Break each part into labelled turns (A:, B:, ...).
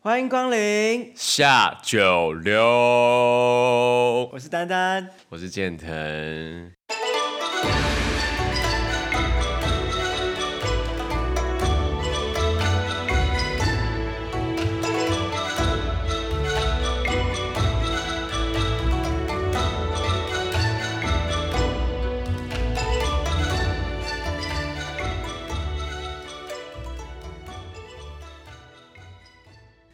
A: 欢迎光临，
B: 下九流，
A: 我是丹丹。
B: 我是建腾。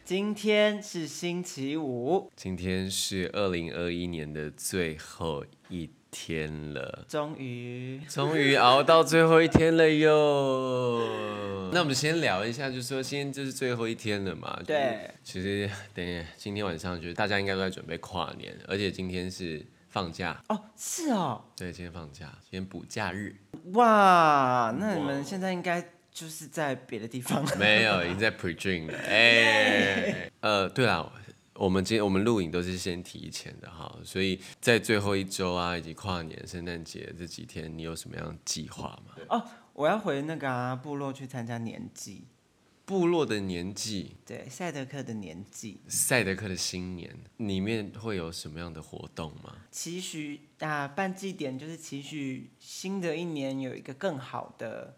A: 今天是星期五，
B: 今天是二零二一年的最后一天了，
A: 终于
B: 终于熬到最后一天了哟。那我们先聊一下，就说今天这是最后一天了嘛？就是
A: 对
B: 其实等一下今天晚上，就是大家应该都在准备跨年，而且今天是放假，
A: 哦，是哦，
B: 对，今天放假，今天补假日，
A: 哇，那你们现在应该就是在别的地方，
B: 没有，已经在 pre drink 了。哎、呃，对啦，我们今我们录影都是先提前的哈，所以在最后一周啊，以及跨年、圣诞节这几天，你有什么样的计划吗？
A: 哦， 我要回那个、啊、部落去参加年祭，
B: 部落的年纪，
A: 对，赛德克的年祭，
B: 赛德克的新年里面会有什么样的活动吗？
A: 期许啊，办祭典就是期许新的一年有一个更好的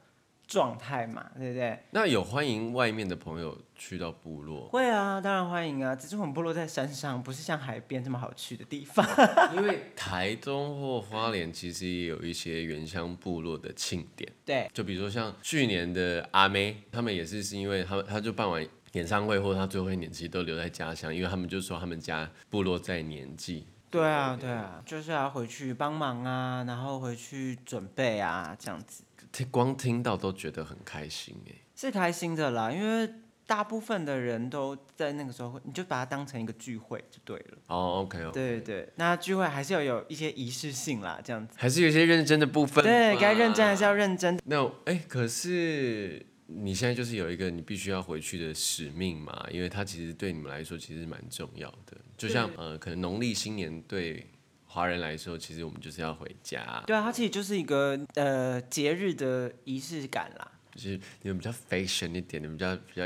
A: 状态嘛，对不对？
B: 那有欢迎外面的朋友去到部 落，
A: 会啊，当然欢迎啊，只是我们部落在山上，不是像海边这么好去的地方。
B: 因为台中或花莲其实也有一些原乡部落的庆典。
A: 对，
B: 就比如说像去年的阿妹，他们也是是因为他们他就办完演唱会或者他最后一年其实都留在家乡，因为他们就说他们家部落在年纪。
A: 对啊，对啊，就是要回去帮忙啊，然后回去准备啊，这样子
B: 听光听到都觉得很开心哎，
A: 是开心的啦，因为大部分的人都在那个时候会，你就把它当成一个聚会就对了。
B: 哦、o k 哦，
A: 对对，那聚会还是要有一些仪式性啦，这样子。
B: 还是有一些认真的部分，
A: 对，该认真还是要认真。
B: 那哎、可是你现在就是有一个你必须要回去的使命嘛，因为它其实对你们来说其实蛮重要的。就像呃，可能农历新年对华人来说，其实我们就是要回家，
A: 对啊，它其实就是一个呃节日的仪式感啦。
B: 就是你们比较 fashion 一点，你们比较比较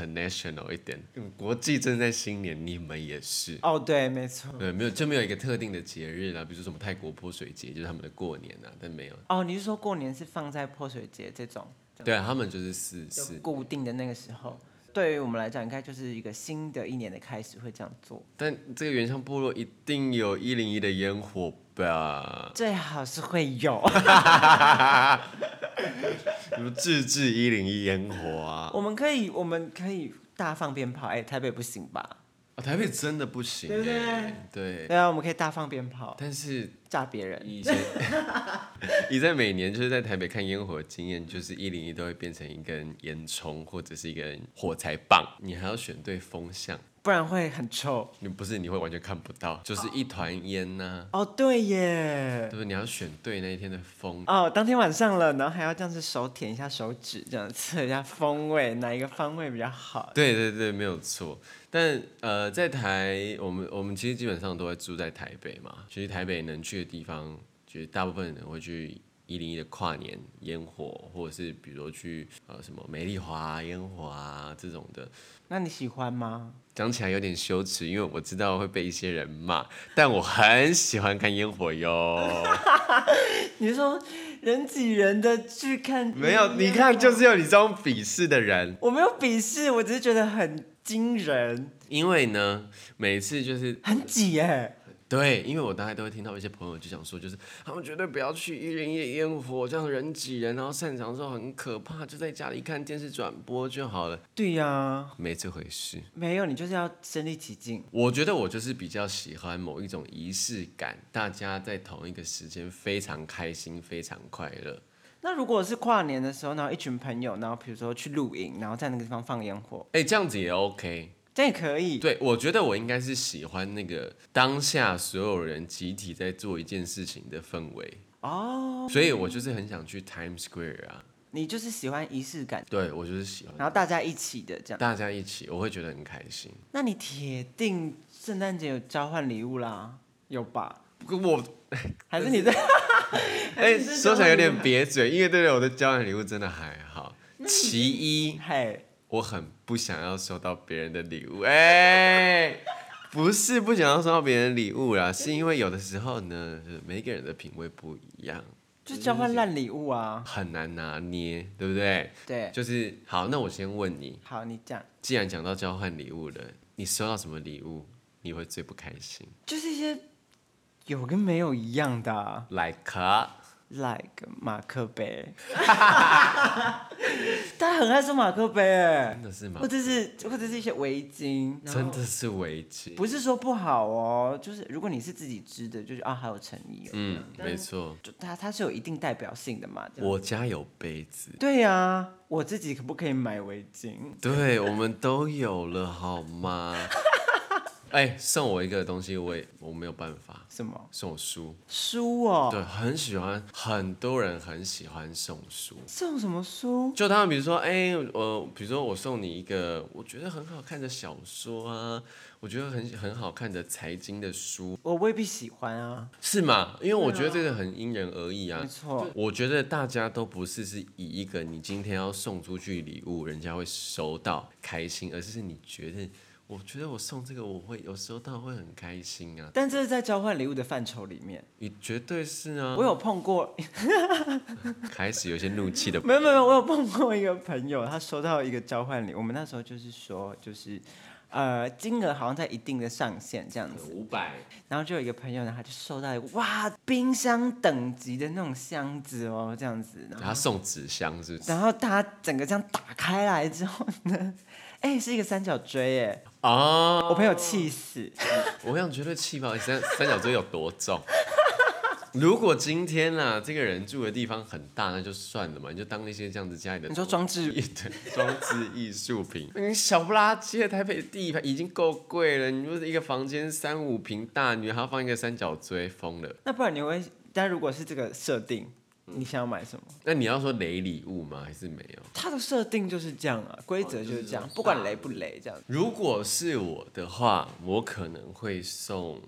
B: international 一点。嗯国际正在新年，你们也是。
A: 哦，对，没错。
B: 对，没有就没有一个特定的节日啦，比如说什么泰国泼水节，就是他们的过年啊，但没有。
A: 哦，你是说过年是放在泼水节这种
B: 对啊，他们就是四
A: 就
B: 四，
A: 固定的那个时候？对于我们来讲，应该就是一个新的一年的开始，会这样做。
B: 但这个原乡部落一定有一零一的烟火吧？
A: 最好是会 有，
B: 你们自制一零一烟火啊？
A: 我们可以，我们可以大放鞭炮。哎、台北不行吧？
B: 啊台北真的不行、
A: 对不对
B: 欸，对。
A: 对啊，我们可以大放鞭炮，
B: 但是
A: 炸别人。
B: 以前， 以在每年就是在台北看烟火的经验，就是一零一都会变成一根烟囱或者是一根火柴棒，你还要选对风向，
A: 不然会很臭。
B: 你不是你会完全看不到，就是一团烟呐、
A: 哦，对耶
B: 对。不对？你要选对那一天的风，
A: 哦，当天晚上了，然后还要这样子手舔一下手指，这样测一下风味，哪一个方位比较好？
B: 对对对，没有错。但呃，在台我们我们其实基本上都会住在台北嘛，其实台北能去的地方，就是大部分人会去一零一的跨年烟火，或者是比如说去呃什么美丽华烟火啊这种的。
A: 那你喜欢吗？
B: 讲起来有点羞耻，因为我知道会被一些人骂，但我很喜欢看烟火哟。
A: 你是说人挤人的去看？
B: 没有，你看，就是有你这种鄙视的人。
A: 我没有鄙视，我只是觉得很惊人，
B: 因为呢，每次就是
A: 很挤耶。
B: 对，因为我大概都会听到一些朋友就想说，就是他们绝对不要去一零一的烟火，这样人挤人，然后散场的时候很可怕，就在家里看电视转播就好了，
A: 对呀、
B: 没这回事。
A: 没有，你就是要身临其境。
B: 我觉得我就是比较喜欢某一种仪式感，大家在同一个时间非常开心，非常快乐。
A: 那如果是跨年的时候，然后一群朋友，然后比如说去露营，然后在那个地方放烟火，
B: 哎，这样子也 OK。
A: 这样也可以。
B: 对，我觉得我应该是喜欢那个当下所有人集体在做一件事情的氛围哦，所以我就是很想去 Times Square 啊。
A: 你就是喜欢仪式感，
B: 对，我就是喜欢
A: 然后大家一起的这样。
B: 大家一起，我会觉得很开心。
A: 那你铁定圣诞节有交换礼物啦，有吧？
B: 不过我
A: 还是你在？
B: 哎、说起来有点瘪嘴，因为对对，我的交换礼物真的还好。其一，
A: 嘿，
B: 我很不想要收到别人的礼物，哎、不是不想要收到别人的礼物啦，是因为有的时候呢，就是每个人的品味不一样，
A: 就交换烂礼物啊。
B: 很难拿捏，对不对？
A: 对，
B: 就是好，那我先问你，
A: 好，你讲，
B: 既然讲到交换礼物了，你收到什么礼物你会最不开心
A: 就是一些有跟没有一样的啊、
B: ？Like 啊
A: l i k e 马克杯。 大家很爱收马克杯哎
B: 真，的是吗
A: 或？者是或者是一些围巾，然后
B: 真的是围巾，
A: 不是说不好哦，就是如果你是自己织的，就是啊，好有诚意哦。
B: 嗯，没错，
A: 就它它是有一定代表性的嘛。这样
B: 我家有杯子，
A: 对呀、我自己可不可以买围巾？
B: 对，我们都有了，好吗？哎、送我一个东西，我也我没有办法。
A: 什么
B: 送我书，
A: 书哦？
B: 对，很喜欢，很多人很喜欢送书。
A: 送什么书？
B: 就他们比如说，哎、呃，比如说我送你一个我觉得很好看的小说啊，我觉得很很好看的财经的书，
A: 我未必喜欢啊。
B: 是吗？因为我觉得这个很因人而异
A: 没
B: 啊。
A: 错，
B: 我觉得大家都不是是以一个你今天要送出去礼物，人家会收到开心，而是你觉得，我觉得我送这个我会有收到会很开心啊，
A: 但这是在交换礼物的范畴里面，
B: 你绝对是啊
A: 我。有碰过， ，
B: 开始有些怒气的
A: 没有没有没有，我有碰过一个朋友，他收到一个交换礼，我们那时候就是说，就是呃金额好像在一定的上限这样子，
B: 五百，
A: 然后就有一个朋友呢，他就收到一个哇冰箱等级的那种箱子哦，这样子，然后
B: 他送纸箱是不是？
A: 然后他整个这样打开来之后呢， 哎是一个三角锥耶，
B: 哦，
A: 我朋友气死，
B: 我想绝对气爆，三三角锥有多重？如果今天啦，这个人住的地方很大，那就算了嘛，你就当那些这样子家里的
A: 你说装置
B: 一堆装置艺术品， 你小不拉几的台北地盘已经够贵了，你就是一个房间三五平大，你还要放一个三角锥，疯了。
A: 那不然你会，但如果是这个设定，你想要买什么？
B: 那你要说雷礼物吗？还是没有？
A: 它的设定就是这样啊，规则就是这样，不管雷不雷这样。
B: 如果是我的话，我可能会送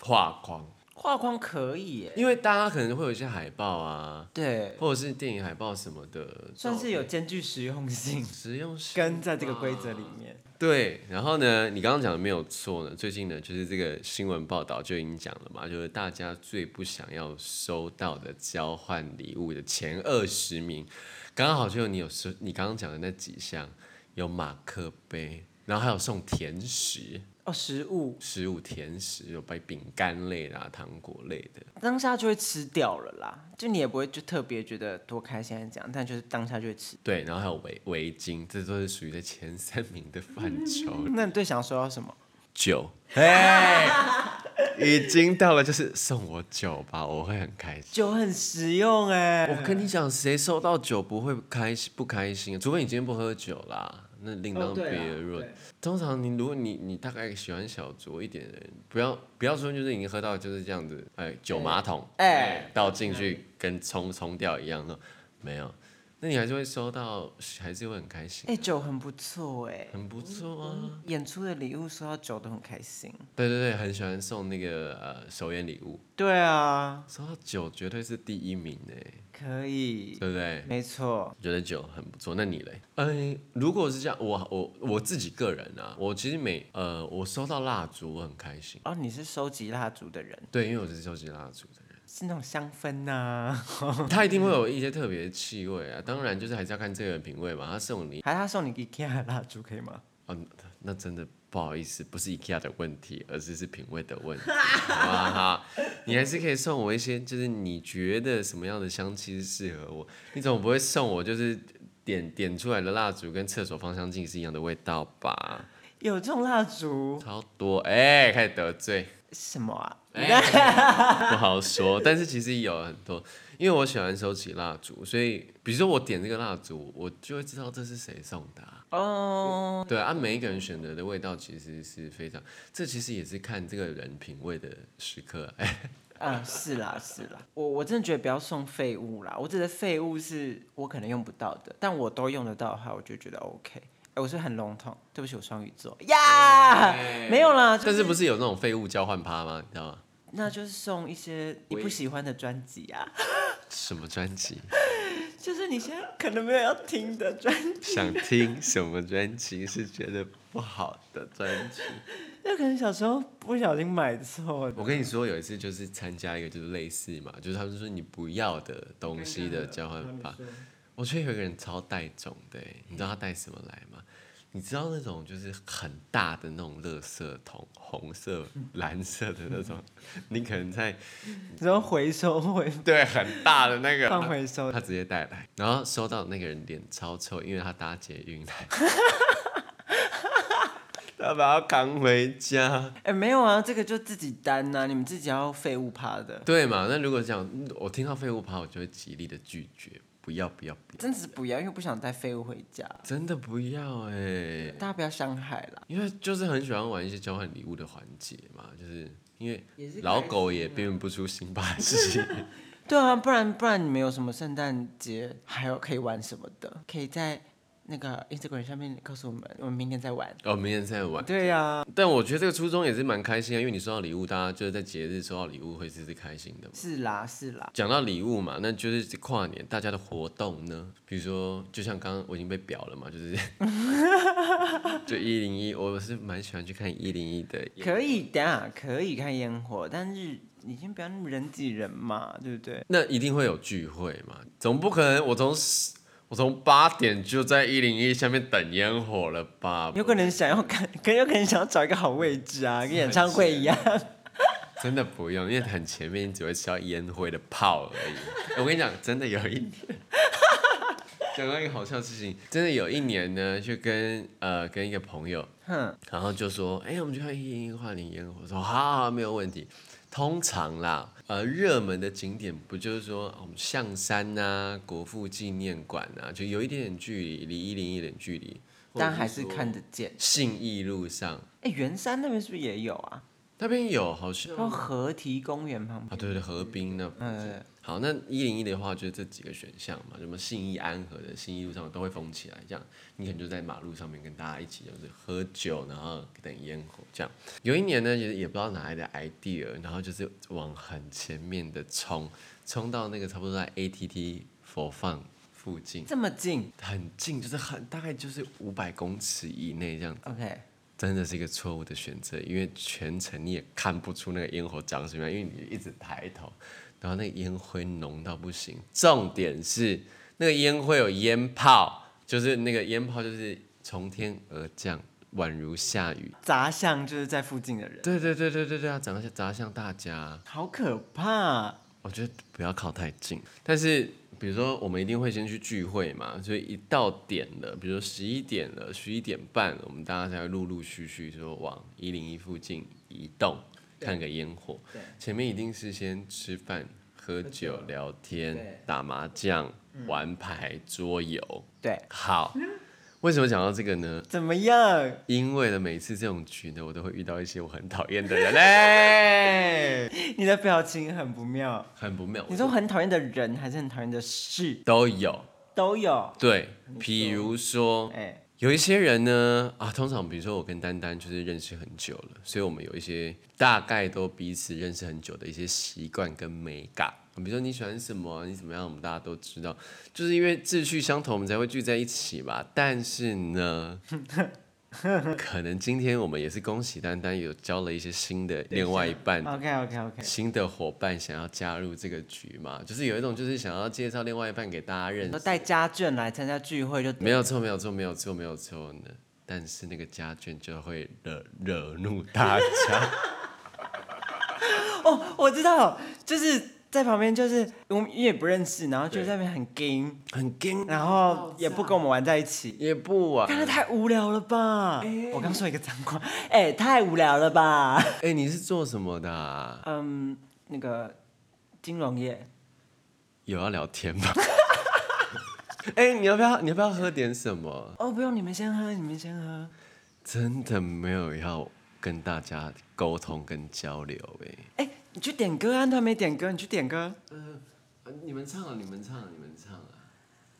B: 画框，
A: 画框可以耶，
B: 因为大家可能会有一些海报啊，
A: 对，
B: 或者是电影海报什么的，
A: 算是有兼具实用性，
B: 实用性
A: 跟在这个规则里面。
B: 对，然后呢，你刚刚讲的没有错呢。最近呢，就是这个新闻报道就已经讲了嘛，就是大家最不想要收到的交换礼物的前二十名，刚好就你有收，你刚刚讲的那几项，有马克杯，然后还有送甜食，
A: 哦，食物
B: 食物甜食有白饼干类啦、糖果类的。
A: 当下就会吃掉了啦，就你也不会就特别觉得多开心还是怎样，但就是当下就会吃。
B: 对，然后还有围围巾，这都是属于在前三名的范畴。
A: 那你最想收到什么？
B: 酒，哎，已经到了，就是送我酒吧，我会很开心。
A: 酒很实用哎、
B: 我跟你讲，谁收到酒不会开心不开心？除非你今天不喝酒啦，那另当
A: 哦
B: 别
A: 啊
B: 论。通常你如果你你大概喜欢小酌一点的人，不要不要说就是已经喝到就是这样子，哎，酒马桶，
A: 哎
B: 倒进去跟冲冲掉一样的，没有，那你还是会收到，还是会很开心，
A: 哎，酒很不错哎、
B: 很不错啊。
A: 演出的礼物收到酒都很开心。
B: 对对对，很喜欢送那个呃手演礼物，
A: 对啊，
B: 收到酒绝对是第一名哎，
A: 可以，
B: 对不对？
A: 没错。
B: 觉得酒很不错，那你嘞？嗯，如果是这样，我我我自己个人啊，我其实每呃，我收到蜡烛我很开心，
A: 哦，你是收集蜡烛的人，
B: 对，因为我是收集蜡烛的人，
A: 是那种香氛啊呐、
B: 它一定会有一些特别的气味啊。当然，就是还是要看这个人品味嘛。他送你，
A: 还是他送你 IKEA 的蜡烛可以吗？
B: 嗯、那真的不好意思，不是 IKEA 的问题，而是是品味的问题，好吧哈。你还是可以送我一些，就是你觉得什么样的香气是适合我。你总不会送我就是点点出来的蜡烛跟厕所芳香剂是一样的味道吧？
A: 有这种蜡烛？
B: 超多哎、开始得罪，
A: 什么啊？
B: 不好说。但是其实有很多，因为我喜欢收集蜡烛，所以比如说我点这个蜡烛，我就会知道这是谁送的、啊。
A: 哦，
B: 对啊，每一个人选择的味道其实是非常，这其实也是看这个人品味的时刻。哎、
A: 啊，是啦是啦，我我真的觉得不要送废物啦。我指的废物是我可能用不到的，但我都用得到的话，我就觉得 OK。哎，我是不是很笼统，对不起，我双鱼座呀没有啦，就
B: 哎但是
A: 是
B: 不是有那种废物交换趴吗？你知道吗？
A: 那就是送一些你
B: 我也
A: 不喜欢的专辑啊，
B: 什么专辑？
A: 就是你现在可能没有要听的专
B: 想听什么专辑是觉得不好的专辑？
A: 那可能小时候不小心买错的
B: 我。跟你说，有一次就是参加一个就是类似嘛，就是他们说你不要的东西的交换法，我觉得有一个人超带种的欸，你知道他带什么来吗？你知道那种就是很大的那种垃圾桶，红色、 蓝色的那种，你可能在
A: 然后回收回
B: 对很大的那个
A: 放回收
B: 啊他，直接带来，然后收到那个人脸超臭，因为他搭捷运来， 他把他扛回家。
A: 哎、没有啊，这个就自己担呐、你们自己要废物趴的，
B: 对嘛？那如果这样，我听到废物趴，我就会极力的拒绝，不要不要不要，
A: 真的是不要，因为不想带废物回家，
B: 真的不要哎、
A: 大家不要伤害啦。
B: 因为就是很喜欢玩一些交换礼物的环节嘛，就是因为
A: 也是啊
B: 老狗也变不出新把戏，
A: 对啊，不然不然你们有什么圣诞节还有可以玩什么的，可以在那个 Instagram 下面告诉我们，我们明天再玩。
B: 哦，明天再玩。
A: 对啊呀、
B: 但我觉得这个初衷也是蛮开心啊，因为你收到礼物，大家就是在节日收到礼物会是是开心的嘛。
A: 是啦是啦，
B: 讲到礼物嘛，那就是跨年大家的活动呢，比如说，就像刚刚我已经被表了嘛，就是 就一零一，我是蛮喜欢去看一零一的，
A: 可以等一下可以看烟火，但是你先不要那么人挤人嘛，对不对？
B: 那一定会有聚会嘛，总不可能我从10我从八点就在一零一下面等烟火了吧？
A: 有可能想要看，可能有可能想要找一个好位置啊，跟演唱会一样。
B: 真的不用，因为很前面你只会吃到烟灰的泡而已。我跟你讲，真的有一年，讲到一个好笑的事情，真的有一年呢，就跟呃跟一个朋友，
A: 哼，
B: 然后就说，哎、我们去看一零一跨年烟火，我说好好好没有问题。通常啦，呃，热门的景点不就是说，哦我们象山呐、国父纪念馆啊，就有一点点距离，离一零一点距离，
A: 但还是看得见。
B: 信义路上
A: 哎、圆山那边是不是也有啊？
B: 那边有，好像
A: 然后河堤公园旁
B: 啊，
A: 边。
B: 对对，河滨那边。
A: 嗯，
B: 好，那一零一的话，就是这几个选项嘛，什么信义、安和的信义路上都会封起来，这样你可能就在马路上面跟大家一起就是喝酒，然后等烟火这样。有一年呢，也也不知道哪来的 idea，然后就是往很前面的冲，冲到那个差不多在 ATT 佛放附近，
A: 这么近。
B: 很近，就是很大概就是五百公尺以内这样
A: OK，
B: 真的是一个错误的选择，因为全程你也看不出那个烟火长什么样，因为你一直抬头，然后那个烟灰浓到不行。重点是那个烟灰有烟泡，就是那个烟泡就是从天而降，宛如下雨。
A: 杂项就是在附近的人，
B: 对对对对对对啊，砸向砸向大家，
A: 好可怕。
B: 我觉得不要靠太近。但是比如说我们一定会先去聚会嘛，所以一到点了，比如说十一点了、十一点半了，我们大家才会陆陆续续说往一零一附近移动，看个烟火
A: 对。
B: 前面一定是先吃饭、喝酒、聊
A: 对嗯
B: 天、打麻将、玩牌、桌游。
A: 对，
B: 好，为什么讲到这个呢？
A: 怎么样？
B: 因为呢，每次这种局呢，我都会遇到一些我很讨厌的人嘞，
A: 你的表情很不妙。
B: 很不妙。
A: 你说很讨厌的人，还是很讨厌的事，
B: 都有，
A: 都有。
B: 对，比如说
A: 哎、
B: 有一些人呢，啊，通常比如说我跟丹丹就是认识很久了，所以我们有一些大概都彼此认识很久的一些习惯跟美感。比如说你喜欢什么，你怎么样，我们大家都知道，就是因为志趣相同，我们才会聚在一起吧。但是呢，可能今天我们也是恭喜丹丹有交了一些新的另外一半
A: OK OK 啊 OK，
B: 新的伙伴想要加入这个局嘛，就是有一种就是想要介绍另外一半给大家认
A: 都带家眷来参加聚会就
B: 没有错，没有错，没有错，没有错呢。但是那个家眷就会惹惹怒大家，
A: 哦，我知道，就是在旁边，就是我们也不认识，然后就在那边很 gay，
B: 很惊，
A: 然后也不跟我们玩在一起。
B: 也不玩。
A: 看来太无聊了吧！我刚说一个脏话，哎、太无聊了吧！
B: 哎、你是做什么的、啊？
A: 嗯，那个金融业，
B: 有要聊天吗？ 哎、你要不要？你要不要喝点什么？
A: 哦，不用，你们先喝，你们先喝。
B: 真的没有要跟大家沟通跟交流哎、
A: 哎、你去点歌啊，安团没点歌，你去点歌。
B: 你们唱啊，你们唱、啊，你们唱啊！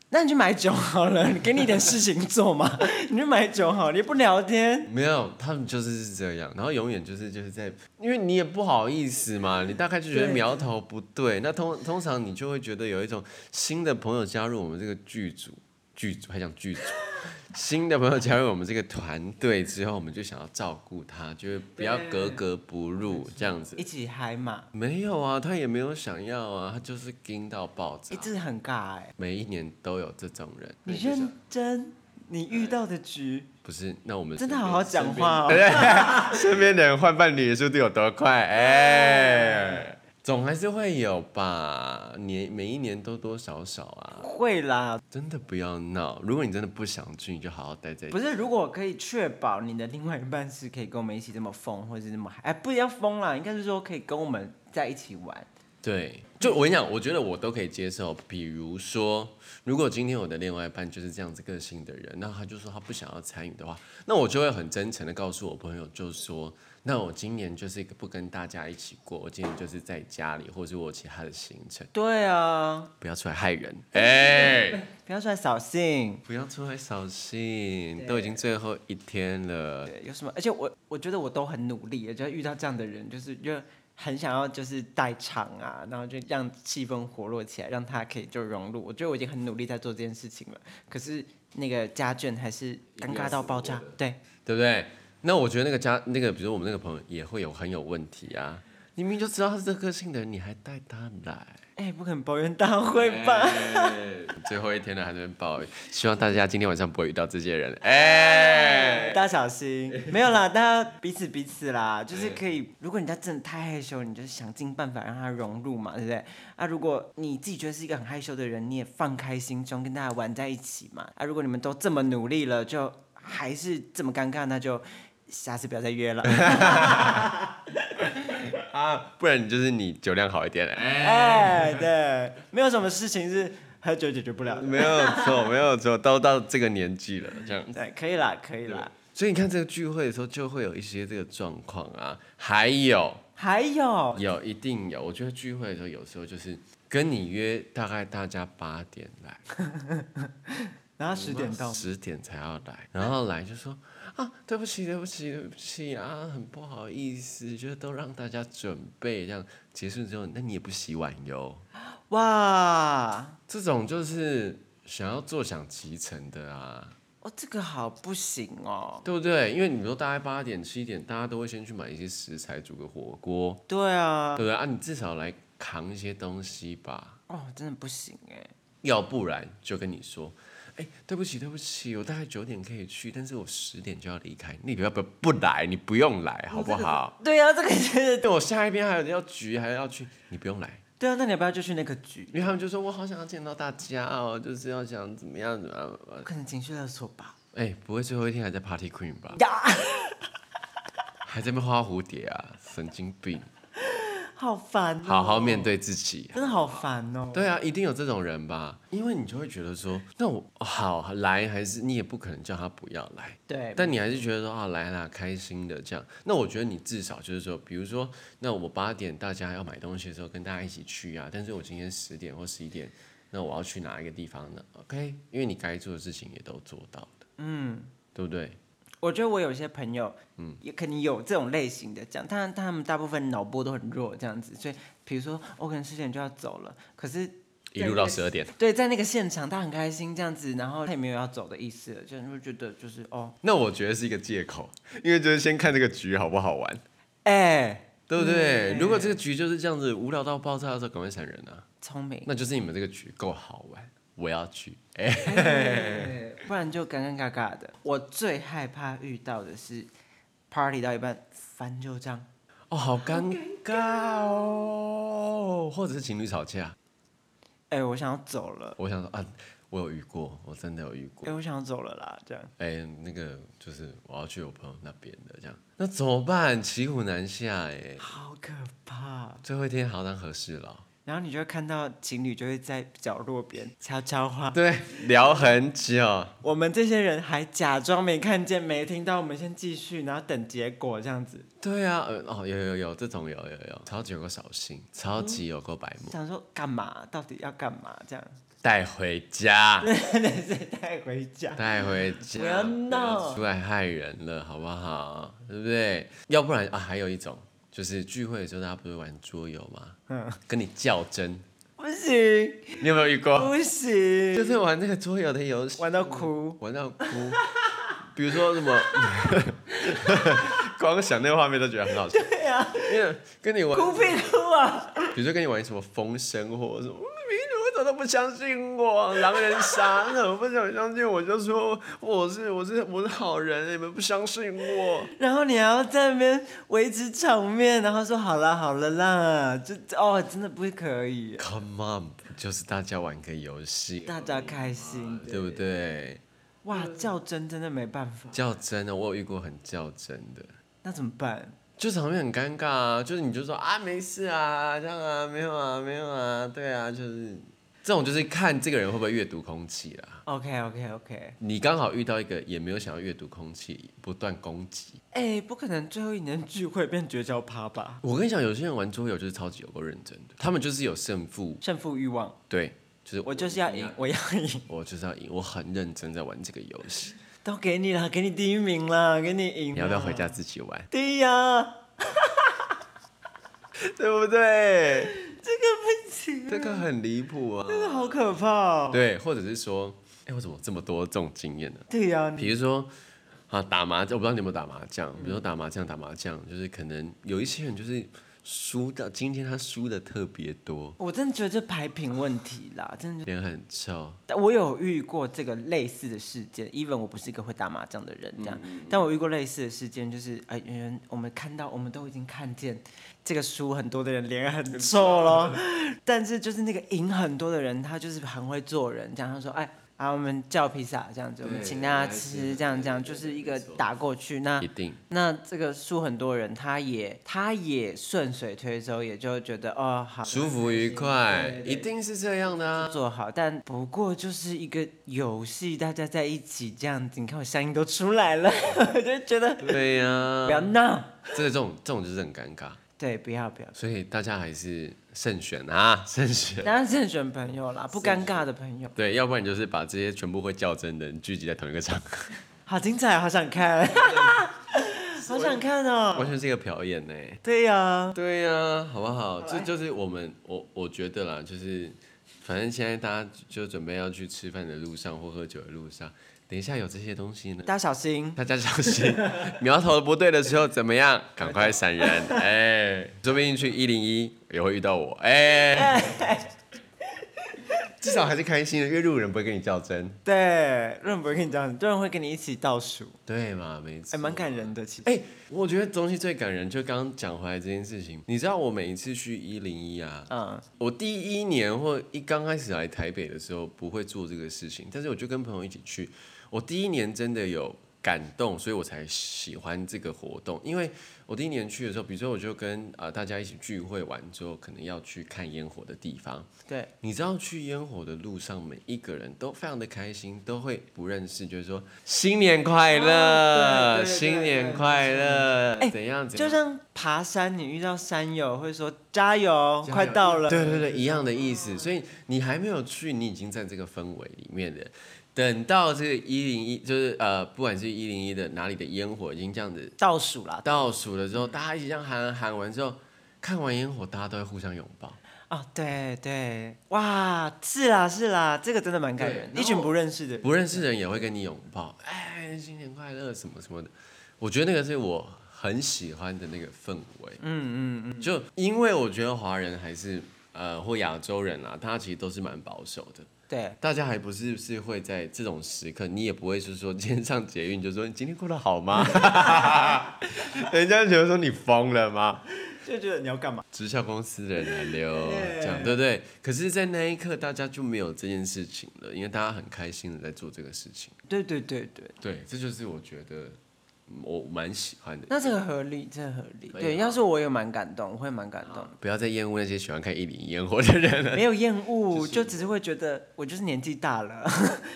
A: 那你去买酒好了，你给你一点事情做嘛， 你去买酒好了，你不聊天，
B: 没有，他们就是是这样，然后永远就是就是在，因为你也不好意思嘛，你大概就觉得
A: 对
B: 苗头不对，那通通常你就会觉得有一种新的朋友加入我们这个剧组，剧组还讲剧组， 新的朋友加入我们这个团队之后，我们就想要照顾他，就是不要
A: 对
B: 格格不入这样子
A: 一。起嗨嘛，
B: 没有啊，他也没有想要啊，他就是盯到爆炸
A: 一。直很尬哎、
B: 每一年都有这种人，
A: 你
B: 就是
A: 认真，你遇到的局
B: 不是？那我们
A: 真的
B: 身
A: 好好
B: 边
A: 讲话哦。
B: 身边的人换伴侣的速度有多快？哎、 总还是会有吧，年每一年多多少少 啊，
A: 会啦，
B: 真的不要闹。如果你真的不想去，你就好好待在
A: 不。是？如果可以确保你的另外一半是可以跟我们一起这么疯，或者是这么嗨，哎，不要疯啦，应该是说可以跟我们在一起玩。
B: 对，就我跟你讲，我觉得我都可以接受。比如说，如果今天我的另外一半就是这样子个性的人，那他就说他不想要参与的话，那我就会很真诚的告诉我朋友，就说，那我今年就是一个不跟大家一起过，我今年就是在家里，或是我有其他的行程，
A: 对啊，
B: 不要出来害人。哎、
A: 不要出来扫兴。
B: 不要出来扫兴，
A: 对
B: 都已经最后一天了。
A: 对，有什么？而且我我觉得我都很努力，只要遇到这样的人，就是就很想要就是带场啊，然后就让气氛活络起来，让他可以就融入。我觉得我已经很努力在做这件事情了，可是那个家眷还是尴尬到爆炸。对，
B: 对不对？那我觉得那个家那个，比如我们那个朋友也会有很有问题啊。你明明就知道他是这个性的人，你还带他来，
A: 哎、不可能抱怨大会
B: 哎
A: 吧？
B: 最后一天了还在那边抱怨，希望大家今天晚上不会遇到这些人。哎、
A: 大家小 心，没有啦，大家彼此彼此啦，
B: 哎
A: 就是可以。如果你家真的太害羞，你就是想尽办法让他融入嘛，对不对？啊，如果你自己觉得是一个很害羞的人，你也放开心胸跟大家玩在一起嘛。啊，如果你们都这么努力了，就还是这么尴尬，那就下次不要再 约了。
B: 啊，不然你就是你酒量好一点。哎、
A: 哎，对，没有什么事情是喝酒解决不了的。
B: 没有错，没有错，都到这个年纪了，这样
A: 对，可以啦，可以啦。
B: 所以你看这个聚会的时候，就会有一些这个状况啊，还有。
A: 还有，
B: 有，一定有。我觉得聚会的时候，有时候就是跟你约，大概大家八点来，
A: 然后 十点到，
B: 十点才要来，然后来就说啊，对不起，对不起，对不起啊，很不好意思，就是都让大家准备这样。结束之后，那你也不洗碗哟，
A: 哇，
B: 这种就是想要坐享其成的啊。
A: 哦，这个好不行哦。
B: 对不对？因为你说大概八点七点，大家都会先去买一些食材煮个火锅，
A: 对啊，
B: 对不对啊？你至少来扛一些东西吧。
A: 哦，真的不行哎。
B: 要不然就跟你说，哎、对不起，对不起，我大概九点可以去，但是我十点就要离开，你不要不不来，你不用来，好不好？
A: 对哦啊，这个就是
B: 对我下一边还有要局，还要去，你不用来，
A: 对啊，那你要不要就去那个局？
B: 因为他们就说我好想要见到大家哦，就是要想怎么样怎么样，
A: 不可能情绪勒索吧？
B: 哎、不会最后一天还在 Party Queen 吧？
A: 呀，
B: 还在那边画蝴蝶啊，神经病！
A: 好烦、哦，
B: 好好面对自己，
A: 真的好烦哦。
B: 对啊，一定有这种人吧？因为你就会觉得说，那我好来还是你也不可能叫他不要来，
A: 对，
B: 但你还是觉得说啊，来啦，开心的这样。那我觉得你至少就是说，比如说，那我八点大家要买东西的时候，跟大家一起去啊。但是我今天十点或十一点，那我要去哪一个地方呢？OK，因为你该做的事情也都做到了，嗯，对不对？
A: 我觉得我有一些朋友，嗯，也肯定有这种类型的这样，但但他们大部分脑波都很弱，这样子，所以比如说哦我可能十点就要走了，可是
B: 一路到十二点。
A: 对，在那个现场他很开心这样子，然后他也没有要走的意思了，就就觉得就是哦，
B: 那我觉得是一个借口，因为就是先看这个局好不好玩，
A: 哎、
B: 对不对？
A: 嗯
B: 如果这个局就是这样子无聊到爆炸的时候，赶快闪人啊！
A: 聪明，
B: 那就是你们这个局够好玩，我要去。
A: 对，不然就尴尴尬尬的。我最害怕遇到的是 party 到一半翻旧账，
B: 哦，好尴尬哦，或者是情侣吵架，
A: 哎、我想要走了，
B: 我想说啊，我有遇过，我真的有遇过
A: 哎、，我想要走了啦，这样。
B: 哎、那个就是我要去我朋友那边的，这样，那怎么办？骑虎难下哎、
A: 好可怕，
B: 最后一天好当和事佬，
A: 然后你就会看到情侣就会在角落边悄悄话。
B: 对，聊很久，
A: 我们这些人还假装没看见、没听到，我们先继续，然后等结果这样子。
B: 对啊，呃哦，有有有，这种有有有，超级有个扫兴，超级有个白 目，
A: 想说干嘛？到底要干嘛？这样
B: 带回家，
A: 带回家。
B: 带回家，
A: 不要闹
B: 不要出来害人了，好不好？对不对？要不然啊，还有一种就是聚会的时候，大家不是玩桌游吗？嗯，跟你较真，
A: 不行，
B: 你有没有遇过？
A: 不行，
B: 就是玩那个桌游的游戏，
A: 玩到哭。
B: 玩到哭。比如说什么， 光想那个画面都觉得很好笑。对
A: 啊，
B: 因为跟你玩，
A: 哭屁哭啊！
B: 比如说跟你玩什么风声或什么，你怎么都不相信我，狼人杀，那我不想相信，我就说 我是我是我是好人，你们不相信我。
A: 然后你还要在那边维持场面，然后说好了好了啦，就哦，真的不可以，
B: Come on，不就是大家玩个游戏，
A: 大家开心
B: 对不对？
A: 哇，
B: 嗯
A: 较真真的没办法，
B: 较真的，我有遇过很较真的。
A: 那怎么办？
B: 就场面很尴尬啊，就是你就说啊没事啊，这样啊没有啊没有啊，对啊，就是这种就是看这个人会不会阅读空气啦。
A: OK OK OK，
B: 你刚好遇到一个也没有想要阅读空气，不断攻击。
A: 哎、不可能最后一年聚会变绝交趴吧？
B: 我跟你讲，有些人玩桌游就是超级有够认真的，他们就是有胜负，
A: 胜负欲望，
B: 对，就是
A: 我就是要
B: 嗯
A: 赢，，我要赢，
B: 我就是要赢，我很认真在玩这个游 戏。
A: 都给你了，给你第一名了，给你赢。
B: 你要不要回？家自 己玩？
A: 对呀、
B: 对不对？
A: 这个不行，
B: 这个很离谱啊！
A: 这个好可怕、哦。
B: 对，或者是说，哎，我怎么这么多这种经验呢、
A: 对呀、你
B: 比如说啊，打麻将，我不知道你有没有打麻将。
A: 嗯
B: 比如说打麻将，打麻将就是可能有一些人就是输的，今天他输的特别多，
A: 我真的觉得这排品问题啦，真的就。
B: 脸很臭。
A: 但我有遇过这个类似的事件，even 我不是一个会打麻将的人，这样，
B: 嗯
A: 但我遇过类似的事件，就是哎，有人我们看到，我们都已经看见这个输很多的人脸很臭 咯，但是就是那个赢很多的人，他就是很会做人，这样他说，哎，啊，我们叫披萨这样子，我们
B: 对
A: 请大家
B: 来
A: 吃，
B: 吃
A: 这样这样，
B: 对对
A: 就是
B: 对
A: 一个
B: 没错嗯
A: 打过去，那
B: 一定
A: 那这个输很多人，他也他也顺水推舟，也就觉得哦好
B: 舒服愉快，一定是这样的啊。
A: 做好，但不过就是一个游戏，大家在一起这样子，你看我声音都出来了，我就觉得
B: 对呀、
A: 不要闹，
B: 这个这种这种就是很尴尬，
A: 对，不要不要，
B: 所以大家还是慎选啊， 慎选。
A: 当然慎选朋友啦，不尴尬的朋友，
B: 对，要不然你就是把这些全部会较真的人聚集在同一个场合，
A: 好精彩，好想看，好想看哦，
B: 完全是一个表演呢、
A: 对呀、
B: 对呀、好不好？这就是我们我我觉得啦，就是反正现在大家就准备要去吃饭的路上或喝酒的路上，等一下有这些东西呢，
A: 大家小心，
B: 大家小心，苗头不对的时候怎么样？赶快闪人！哎，说不定去一零一也会遇到我，哎，至少还是开心的，因为路人不会跟你较真，
A: 对，润不会跟你讲，润会跟你一起倒数，
B: 对嘛？没错，
A: 哎，蛮感人的，其实，
B: 哎、我觉得东西最感人，就刚刚讲回来这件事情。你知道我每一次去一零一啊，
A: 嗯，
B: 我第一年或一刚开始来台北的时候不会做这个事情，但是我就跟朋友一起去，我第一年真的有感动，所以我才喜欢这个活动。因为我第一年去的时候，比如说我就跟啊、呃大家一起聚会完之后，可能要去看烟火的地方，
A: 对，
B: 你知道去烟火的路上，每一个人都非常的开心，都会不认识，就是说新年快乐，
A: 哦对对对
B: 新年快乐，
A: 对对
B: 怎样怎
A: 就
B: 样，
A: 像爬山，你遇到山友会说加油，
B: 加油
A: 哦快到了，
B: 对对对，一样的意思。所以你还没有去，你已经在这个氛围里面了。等到这个一零一，就是呃，不管是一零一的哪里的烟火已经这样子
A: 倒数啦，
B: 倒数了之后，大家一起这样喊喊完之后，看完烟火，大家都会互相拥抱。
A: 哦，对对，哇，是啦是啦，这个真的蛮感
B: 对
A: 人，
B: 然
A: 一群
B: 后
A: 不认识的人，
B: 不认识的人也会跟你拥抱，哎，新年快乐什么什么的。我觉得那个是我很喜欢的那个氛围。嗯嗯嗯。就因为我觉得华人还是呃或亚洲人啊，大家其实都是蛮保守的。
A: 对，
B: 大家还不是是会在这种时刻，你也不会是说今天上捷运就说你今天过得好吗？ 人家觉得说你疯了吗？
A: 就觉得你要干嘛？
B: 直销公司的人来溜，
A: 对
B: 这样对不对？可是，在那一刻，大家就没有这件事情了，因为大家很开心的在做这个事情。
A: 对对对对，
B: 对，这就是我觉得嗯我蛮喜欢的。
A: 那这个合理，这个合理。
B: 可以
A: 对，
B: 吧
A: 要是我也蛮感动，我会蛮感动。
B: 不要再厌恶那些喜欢看一零一烟火的人了。
A: 没有厌恶， 就只是啊会觉得我就是年纪大了，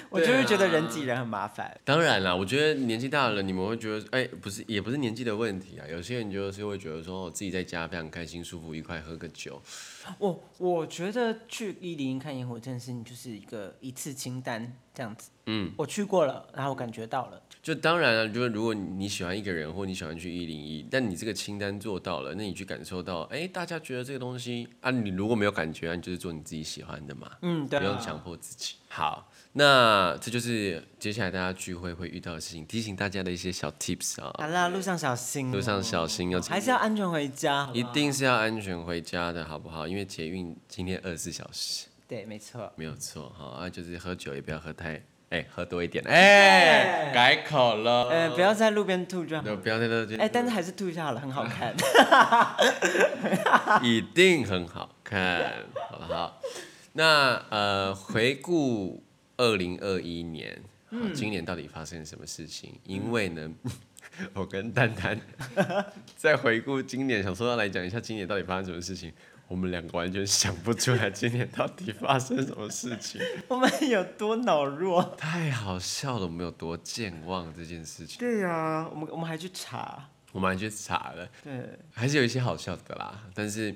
A: 我就会觉得人挤人很麻烦。
B: 当然啦，我觉得年纪大了，你们会觉得，哎、不是，也不是年纪的问题啊。有些人就是会觉得说，我自己在家非常开心、舒服、愉快，喝个酒，
A: 我我觉得去一零一看烟火真的是你就是一个一次清单这样子。嗯，我去过了，然后我感觉到了。
B: 就当然了，就是如果你喜欢一个人，或你喜欢去一零一，但你这个清单做到了，那你去感受到，哎、大家觉得这个东西啊，你如果没有感觉，那你就是做你自己喜欢的嘛，
A: 嗯，对、
B: 不用强迫自己。好，那这就是接下来大家聚会会遇到的事情，提醒大家的一些小 tips 啊，
A: 好啦，路上小心哦、
B: 路上小心要。
A: 嗯还是要安全回家。好不
B: 一
A: 好
B: 定是要安全回家的，好不好？因为捷运今天二十四小时，
A: 对，没错。
B: 没有错哈。啊，就是喝酒也不要喝太，哎、喝多一点，哎、
A: 对
B: 改口了，
A: 呃，不要在路边吐就好。
B: 对，不要再喝酒。
A: 哎、但是还是吐一下好了，很好看。
B: 一定很好看，好不好？那呃，回顾二零二一年、好今年到底发生了什么事情？因为呢， 我跟丹丹在回顾今年，想说要来讲一下今年到底发生什么事情。我们两个完全想不出来今年到底发生什么事情，
A: 我们有多脑弱？
B: 太好笑了，我们有多健忘这件事情，
A: 对呀、我们我们还去查。
B: 我们还去查了。
A: 对，
B: 还是有一些好笑的啦，但是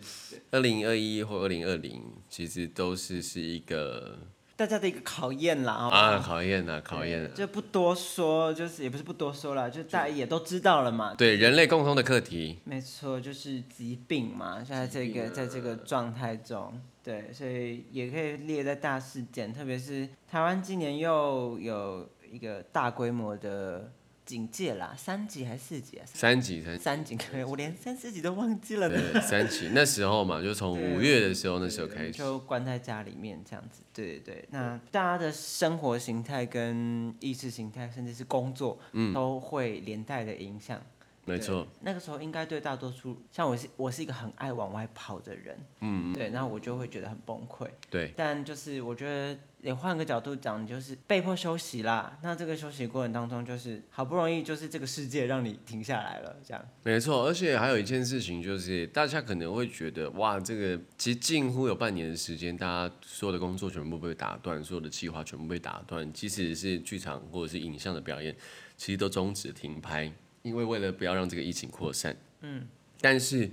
B: 二零二一或二零二零其实都是是一个
A: 大家的一个考验啦。好不好
B: 啊考验啊考验啊，
A: 就不多说，就是也不是不多说了，就大家也都知道了嘛。
B: 对人类共通的课题，
A: 没错，就是疾病嘛，现在这个在这个状态中，对，所以也可以列在大事件，特别是台湾今年又有一个大规模的警戒啦，三级还是四级啊？
B: 三级三
A: 三级，我连三四级都忘记了呢。
B: 对三级那时候嘛，就从
A: 对
B: 五月的时候那时候开始，
A: 就关在家里面这样子，对对对。那大家的生活形态、跟意识形态，甚至是工作，都会连带的影响。
B: 没错，
A: 那个时候应该对大多数，像我是我是一个很爱往外跑的人，嗯，对，然后我就会觉得很崩溃。
B: 对
A: 但就是我觉得也换个角度讲，你就是被迫休息啦。那这个休息过程当中，就是好不容易就是这个世界让你停下来了，这样。
B: 没错，而且还有一件事情就是，大家可能会觉得哇，这个其实近乎有半年的时间，大家所有的工作全部被打断，所有的计划全部被打断，即使是剧场或者是影像的表演，其实都终止停拍，因为为了不要让这个疫情扩散。嗯，但是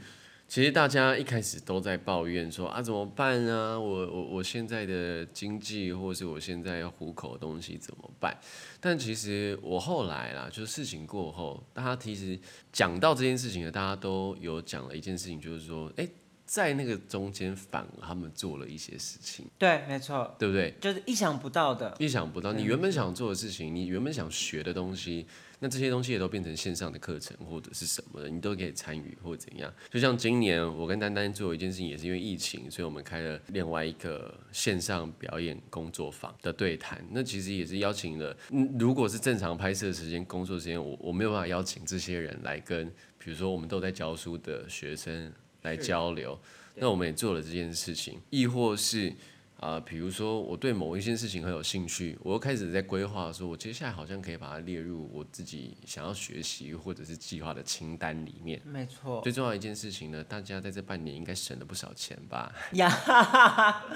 B: 其实大家一开始都在抱怨说啊，怎么办啊？我我我现在的经济，或是我现在要糊口的东西怎么办？但其实我后来啦，就是事情过后，大家其实讲到这件事情呢，大家都有讲了一件事情，就是说，哎、在那个中间反而他们做了一些事情，
A: 对，没错，
B: 对不对？
A: 就是意想不到的。
B: 意想不到，你原本想做的事情，你原本想学的东西，那这些东西也都变成线上的课程或者是什么的，你都可以参与或怎样。就像今年我跟丹丹做一件事情，也是因为疫情，所以我们开了另外一个线上表演工作坊的对谈。那其实也是邀请了，嗯，如果是正常拍摄时间、工作时间，我我没有办法邀请这些人来跟，比如说我们都在教书的学生来交流。那我们也做了这件事情，亦或是啊，比如说我对某一件事情很有兴趣，我又开始在规划，说我接下来好像可以把它列入我自己想要学习或者是计划的清单里面。
A: 没错
B: 最重要的一件事情呢，大家在这半年应该省了不少钱吧？
A: 呀， 哈哈哈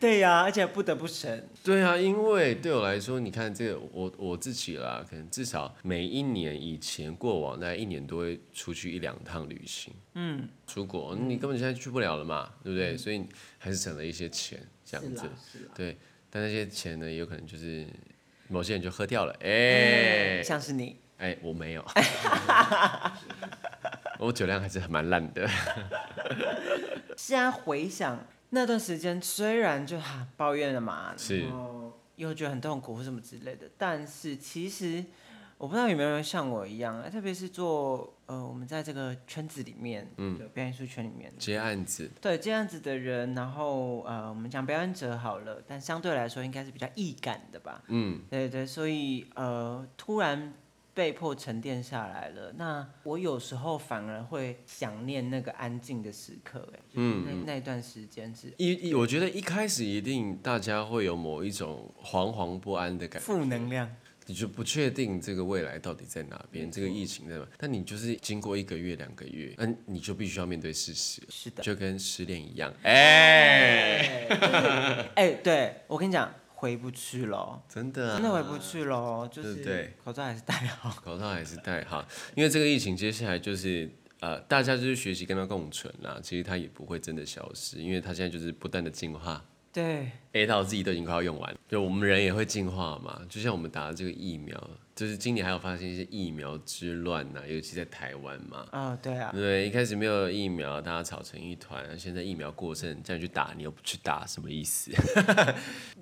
A: 对呀、而且不得不省，
B: 对啊，因为对我来说，你看这个我我自己啦，可能至少每一年以前过往那一年都会出去一两趟旅行，嗯，出国你根本现在去不了了嘛，对不对？所以还是省了一些钱这样
A: 嗯是
B: 子
A: 啦。是啦
B: 对，但那些钱呢，也有可能就是某些人就喝掉了，哎、
A: 嗯像是你，
B: 哎、我没 有，我酒量还是很蛮烂的，
A: 现在回想那段时间，虽然就哈、抱怨了嘛，
B: 是
A: 然后又觉得很痛苦或什么之类的，但是其实我不知道有没有人像我一样，特别是做呃我们在这个圈子里面，嗯，表演艺术圈里面，
B: 接案子，
A: 对这样子的人，然后呃，我们讲表演者好了，但相对来说应该是比较易感的吧。嗯，对对，所以呃，突然被迫沉淀下来了。那我有时候反而会想念那个安静的时刻，哎，嗯，那那段时间是
B: 一一我觉得一开始一定大家会有某一种惶惶不安的感觉，
A: 负能量，
B: 你就不确定这个未来到底在哪边，这个疫情在哪，但你就是经过一个月、两个月，那你就必须要面对事实，
A: 是的
B: 就跟失恋一样，哎、
A: 哎、对我跟你讲，回不去了，
B: 真的、啊，
A: 真的回不去了，就
B: 对不
A: 是
B: 对
A: 口罩还是戴好。
B: 口罩还是戴好，因为这个疫情接下来就是呃，大家就是学习跟它共存啦。其实它也不会真的消失，因为它现在就是不断的进化。
A: 对，
B: A 到 Z 都已经快要用完，就我们人也会进化嘛。就像我们打的这个疫苗，就是今年还有发现一些疫苗之乱呐、尤其在台湾嘛。
A: 哦，对啊，
B: 对，一开始没有疫苗，大家吵成一团，现在疫苗过剩，叫你去打，你又不去打，什么意思？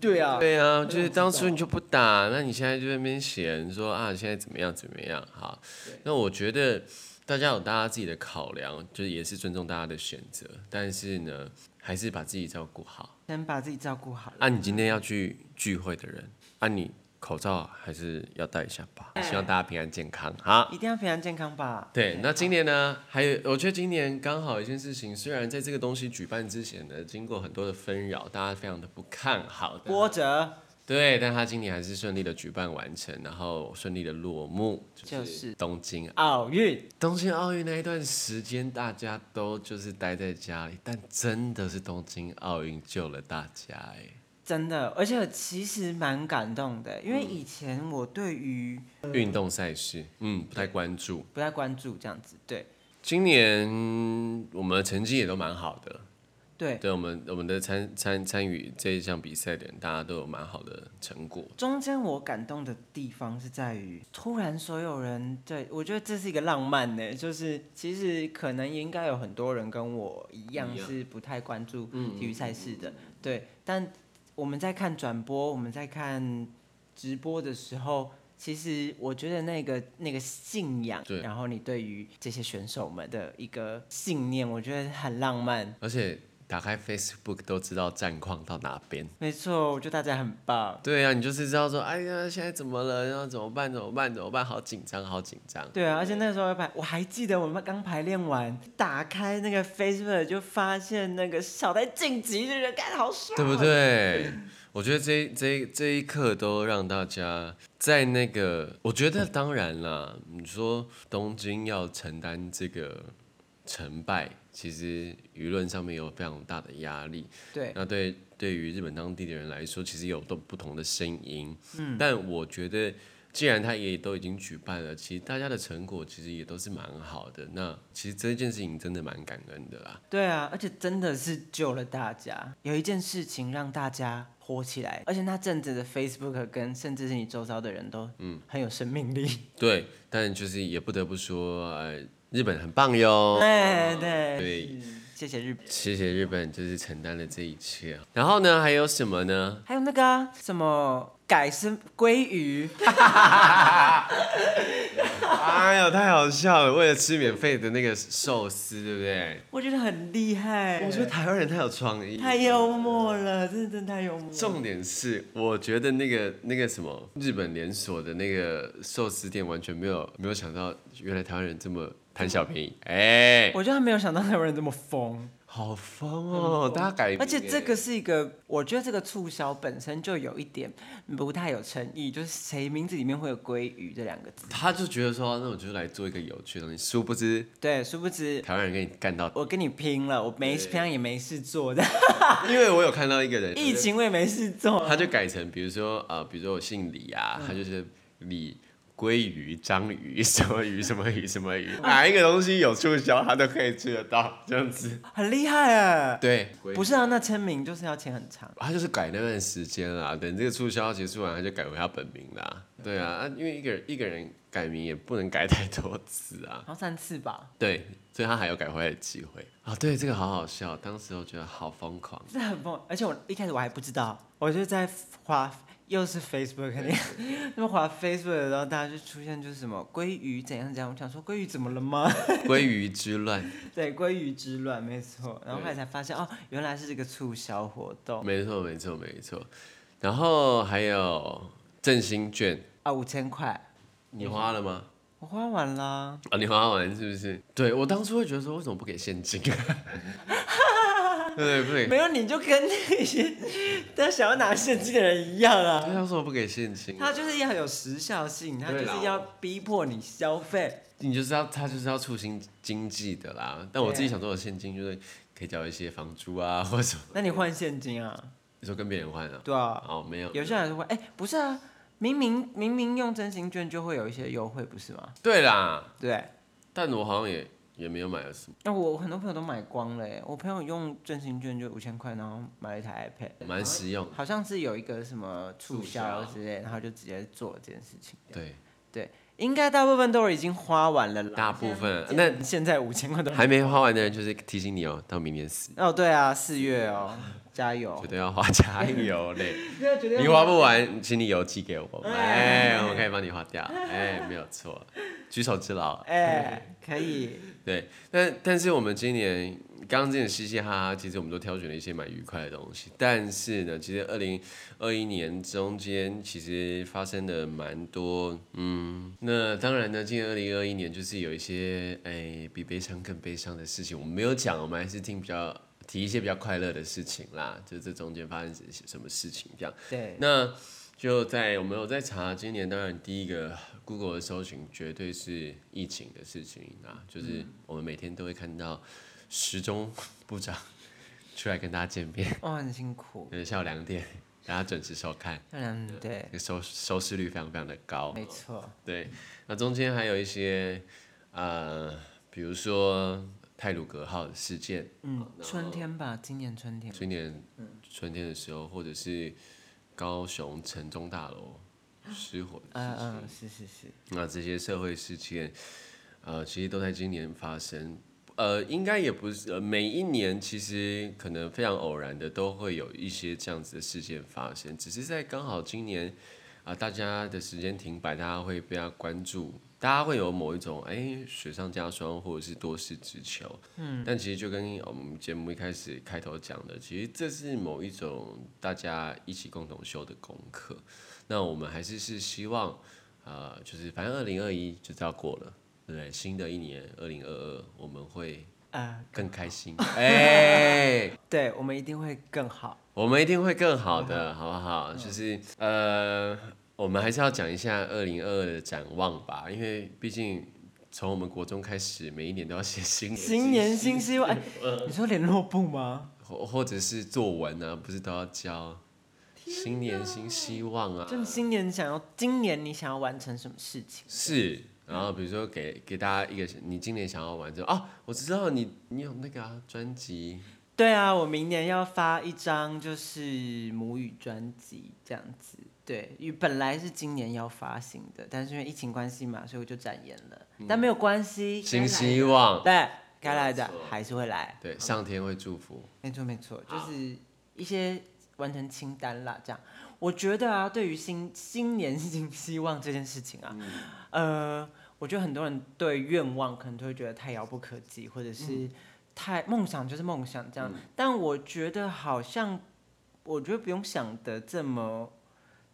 A: 对啊，
B: 对啊，就是当初你就不打，那你现在就在那边写，你说啊，现在怎么样怎么样？好，那我觉得大家有大家自己的考量，就是也是尊重大家的选择，但是呢，还是把自己照顾好。
A: 先把自己照顾好了。
B: 啊，你今天要去聚会的人，啊，你口罩还是要戴一下吧，希望大家平安健康哈。
A: 一定要非常健康吧？
B: 哎对，那今年呢，还有，我觉得今年刚好一件事情，虽然在这个东西举办之前呢，经过很多的纷扰，大家非常的不看好，
A: 波折
B: 对，但他今年还是顺利的举办完成，然后顺利的落幕，
A: 就
B: 就是是东京啊
A: 奥运，
B: 东京奥运那一段时间，大家都就是待在家里，但真的是东京奥运救了大家哎。
A: 真的，而且其实蛮感动的，因为
B: 嗯
A: 以前我对于
B: 运动赛事，嗯，不太关注。
A: 不太关注这样子，对
B: 今年我们的成绩也都蛮好的，
A: 对，
B: 对我们我们的参参参与这一项比赛的人，大家都有蛮好的成果。
A: 中间我感动的地方是在于，突然所有人对我觉得这是一个浪漫呢，就是其实可能应该有很多人跟我一样
B: 一样嗯
A: 是不太关注体育赛事的，对，但我们在看转播，我们在看直播的时候。其实我觉得那个那个信仰，
B: 对
A: 然后你对于这些选手们的一个信念，我觉得很浪漫。
B: 而且打开 Facebook 都知道战况到哪边。
A: 没错，我觉得大家很棒。
B: 对啊，你就是知道说，哎呀，现在怎么了？然后怎么办？怎么办？怎么办？好紧张，好紧张。
A: 对啊，而且那时候要排，我还记得我们刚排练完，打开那个 Facebook 就发现那个小戴晋级，就觉得干好爽，
B: 对不？对？我觉得这一这一这一刻都让大家在那个，我觉得当然啦，你说东京要承担这个成败，其实舆论上面有非常大的压力。
A: 对，
B: 那对对于日本当地的人来说，其实有都不同的声音。嗯，但我觉得，既然他也都已经举办了，其实大家的成果其实也都是蛮好的。那其实这件事情真的蛮感恩的啦。
A: 对啊，而且真的是救了大家。有一件事情让大家火起来，而且那阵子的 Facebook 跟甚至是你周遭的人都嗯很有生命力。
B: 对，但就是也不得不说，呃，日本很棒哟。
A: 哎对对
B: 哦对
A: 是谢谢日本。
B: 谢谢日本，就是承担了这一切。啊然后呢，还有什么呢？
A: 还有那个啊什么改生鲑鱼，
B: 哎呦，太好笑了！为了吃免费的那个寿司，对不对？
A: 我觉得很厉害，
B: 我觉得台湾人太有创意，
A: 太幽默了，真的真的太幽默了。
B: 重点是，我觉得那个那个什么日本连锁的那个寿司店，完全没有没有想到，原来台湾人这么贪小便宜，哎、
A: 我觉得他没有想到台湾人这么疯，
B: 好疯哦！大家改变，
A: 而且这个是一个，我觉得这个促销本身就有一点不太有诚意，就是谁名字里面会有“鲑鱼”这两个字？
B: 他就觉得说，那我就来做一个有趣的东西，殊不知
A: 对，殊不知
B: 台湾人跟你干到，
A: 我跟你拼了，我没平常也没事做的，
B: 因为我有看到一个 人，
A: 疫情我也没事做，
B: 他就改成，比如说呃，比如说我姓李啊，他就是李。鲑鱼、章鱼、什么鱼、什么鱼、什么鱼，哪一个东西有促销，他都可以吃得到，这样子。
A: 很厉害哎。
B: 对，
A: 不是啊，那签名就是要签很长。
B: 他就是改那段时间啦，等这个促销结束完，他就改回他本名啦。对啊，啊因为一个人一个人改名也不能改太多次啊。
A: 然后三次吧，
B: 对，所以他还有改回来的机会啊。对，这个好好笑，当时我觉得好疯 狂。
A: 这很疯，而且我一开始我还不知道，我就在滑，又是 Facebook 肯 定，那么滑 Facebook 的时候，大家就出现就是什么鲑鱼怎样怎样，我想说鲑鱼怎么了吗？
B: 鲑鱼之乱，
A: 对，鲑鱼之乱，没错。然后后来
B: 对
A: 才发现，哦，原来是这个促销活动
B: 没错没错没错。然后还有振兴券，
A: 啊，五千块，
B: 你花了吗？哦
A: 我花完啦。
B: 啊，你花完是不是？对我当初会觉得说，为什么不给现金？对不对？
A: 没有你就跟那些他想要拿现金的人一样啊。
B: 他说我不给现金，
A: 他就是要有时效性，他就
B: 对啦
A: 是要逼迫你消费。
B: 你就是要他就是要促进经济的啦。但我自己想做的现金就是可以交一些房租啊，或者什么。
A: 那你换现金啊？
B: 你说跟别人换啊？
A: 对啊，
B: 哦，没有，
A: 有些人就会，哎、不是啊，明明明明用真心券就会有一些优惠，不是吗？
B: 对啦，
A: 对，
B: 但我好像也也没有买了什么，
A: 那我很多朋友都买光了、哎，我朋友用真心券就五千块，然后买了一台 iPad，
B: 蛮实用。
A: 好像是有一个什么促销啊
B: 促销
A: 之类，然后就直接做这件事情。
B: 对，
A: 应该大部分都已经花完了啦，
B: 大部分
A: 现
B: 那
A: 在现在五千块都
B: 还没花完的人，就是提醒你哦，到明年四
A: 哦，对啊，四月哦，加油
B: 绝！对要花
A: 哎
B: 加油嘞。
A: 对
B: 你花不完，请你邮寄给我们，
A: 哎
B: 哎，我们可以帮你花掉，哎，没有错，举手之劳。
A: 哎，可以，
B: 对，但但是我们今年刚刚这的嘻嘻哈哈，其实我们都挑选了一些蛮愉快的东西。但是呢，其实二零二一年中间其实发生的蛮多，嗯，那当然呢，今年二零二一年就是有一些哎比悲伤更悲伤的事情，我们没有讲，我们还是听比较提一些比较快乐的事情啦，就这中间发生什么事情这样。
A: 对，
B: 那就在我们有在查，今年当然第一个 Google 的搜寻绝对是疫情的事情啊，就是我们每天都会看到时钟部长 出来跟大家见面，
A: 哦，很辛苦，
B: 对，下午两点，大家准时收看，
A: 嗯，对，
B: 收收视率非常非常的高，
A: 没错，
B: 对，那中间还有一些呃，比如说泰鲁格号的事件，
A: 嗯，春天吧，今年春天，
B: 去年春天的时候，或者是高雄城中大楼失火的
A: 嗯嗯，是
B: 事情。
A: 是是，
B: 那这些社会事件，呃，其实都在今年发生。呃，应该也不是，呃，每一年其实可能非常偶然的都会有一些这样子的事件发生，只是在刚好今年啊、大家的时间停摆，大家会被他关注，大家会有某一种哎雪上加霜或者是多事之秋。嗯，但其实就跟我们节目一开始开头讲的，其实这是某一种大家一起共同修的功课。那我们还是是希望。呃，就是反正二零二一就这要过了，对不对？新的一年二零二二，我们会
A: 啊，
B: 更开 心，哎、
A: 对，我们一定会更好，
B: 我们一定会更好
A: 嗯
B: 的，好不好？就是呃，我们还是要讲一下二零二二的展望吧，因为毕竟从我们国中开始，每一年都要写新
A: 新年新希望。哎，你说联络部吗？
B: 或或者是作文啊，不是都要交新年新希望啊？
A: 就你新年想要，今年你想要完成什么事情？
B: 是，然后比如说给给大家一个，你今年想要玩什么？哦，我知道你你有那个啊专辑，
A: 对啊，我明年要发一张就是母语专辑这样子。对，与本来是今年要发行的，但是因为疫情关系嘛，所以我就展延了。但没有关系，
B: 新希望，
A: 对该来的还是会来。
B: 对，上天会祝福。
A: 没错没错，就是一些完成清单啦，这样。我觉得啊，对于新新年新希望这件事情啊，呃，我觉得很多人对愿望可能都会觉得太遥不可及，或者是太梦想就是梦想这样。但我觉得好像，我觉得不用想的这么